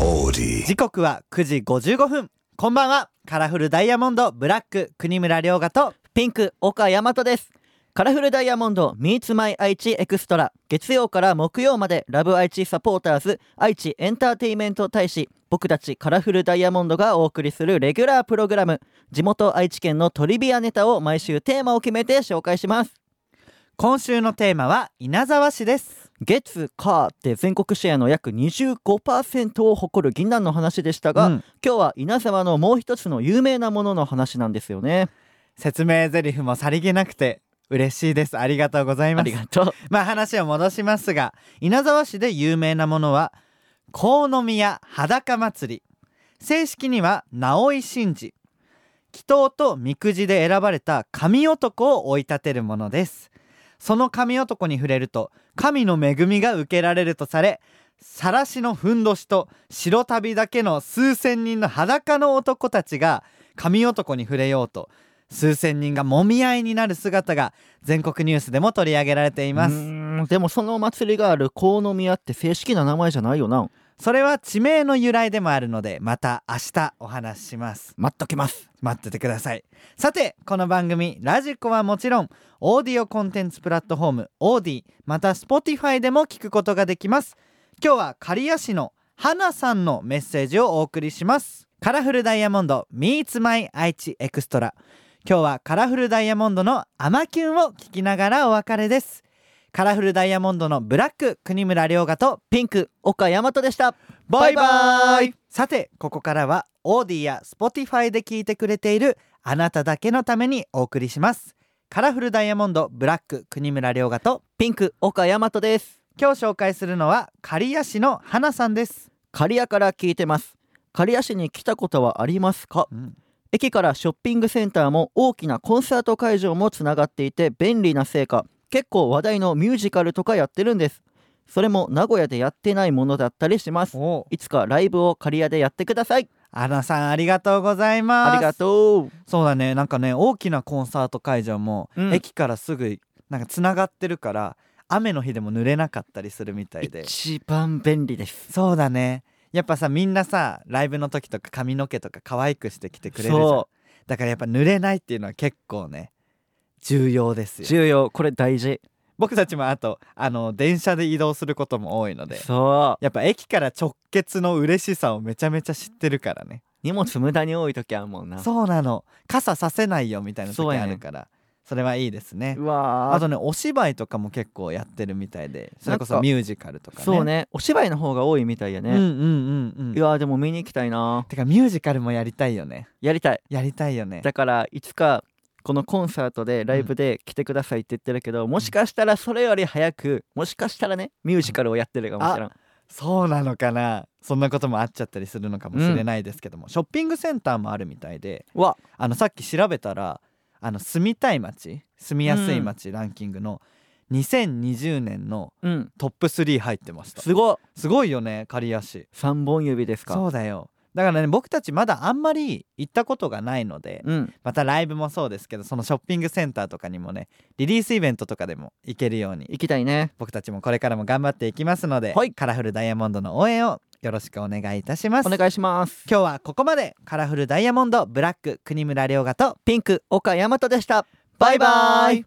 オーディ時刻は9時55分こんばんはカラフルダイヤモンドブラック国村良賀とピンク岡大和ですカラフルダイヤモンド Meets My 愛知エクストラ月曜から木曜までラブ愛知サポーターズ愛知エンターテイメント大使僕たちカラフルダイヤモンドがお送りするレギュラープログラム地元愛知県のトリビアネタを毎週テーマを決めて紹介します今週のテーマは稲沢市です月火って全国シェアの約25%を誇る銀杏の話でしたが、うん今日は稲沢のもう一つの有名なものの話なんですよね説明台詞もさりげなくて嬉しいですあり がとうございあますりがとうまあ話を戻しますが稲沢市で有名なものは河宮裸祭り正式には直井神事祈祷とみくじで選ばれた神男を追い立てるものですその神男に触れると神の恵みが受けられるとされ晒しのふんどしと白旅だけの数千人の裸の男たちが神男に触れようと数千人がもみ合いになる姿が全国ニュースでも取り上げられていまうすーんでもそのお祭りがある河宮って正式な名前じゃないよなそれは地名の由来でもあるのでまた明日お話しします待っときます待っててくださいさてこの番組ラジコはもちろんオーディオコンテンツプラットフォームオーディまた Spotify でも聞くことができます今日は刈谷市の花さんのメッセージをお送りしますカラフルダイヤモンド Meets My 愛知エクストラ今日はカラフルダイヤモンドのアマキュンを聞きながらお別れですカラフルダイヤモンドのブラック国村良賀とピンク岡大和でしたバイバイさてここからはオーディや Spotify で聞いてくれているあなただけのためにお送りしますカラフルダイヤモンドブラック国村良賀とピンク岡大和です今日紹介するのは刈谷市の花さんです、刈谷から聞いてます刈谷市に来たことはありますか駅からショッピングセンターも大きなコンサート会場もつながっていて便利なせいか結構話題のミュージカルとかやってるんですそれも名古屋でやってないものだったりしますおういつかライブを刈谷でやってください花さんありがとうございますありがとうそうだねなんかね大きなコンサート会場も、うん駅からすぐなんかつながってるから雨の日でも濡れなかったりするみたいで一番便利ですそうだねやっぱさみんなさライブの時とか髪の毛とか可愛くしてきてくれるじゃんそうだからやっぱ濡れないっていうのは結構ね重要ですよ重要これ大事僕たちもあとあの電車で移動することも多いのでそうやっぱ駅から直結の嬉しさをめちゃめちゃ知ってるからね荷物無駄に多い時はもうなそうなの傘させないよみたいな時そうやあねるからそ,、れはいいですねわーあとねお芝居とかも結構やってるみたいでそれこなそんかミュージカルとかねそうねお芝居の方が多いみたいやうんうんね、うんいうんやーでも見に行きたいなてかミュージカルもやりたいよねやりたいやりたいよねだからいつかこのコンサートでライブで来てくださいって言ってるけど、もしかしたらそれより早くもしかしたらねミュージカルをやってるかもしれんそうなのかなそんなこともあっちゃったりするのかもしれないですけども、ショッピングセンターもあるみたいでうわあのさっき調べたらあの住みたい街住みやすい街ランキングの2020年のうんトップ3入ってましたすごいすごいよね刈谷市3本指ですかそうだよだからね僕たちまだあんまり行ったことがないのでうんまたライブもそうですけどそのショッピングセンターとかにもねリリースイベントとかでも行けるように行きたいね僕たちもこれからも頑張っていきますので、はいカラフルダイヤモンドの応援をよろしくお願いいたしますお願いします今日はここまでカラフルダイヤモンドブラック国村良賀とピンク岡大和でしたバイバイ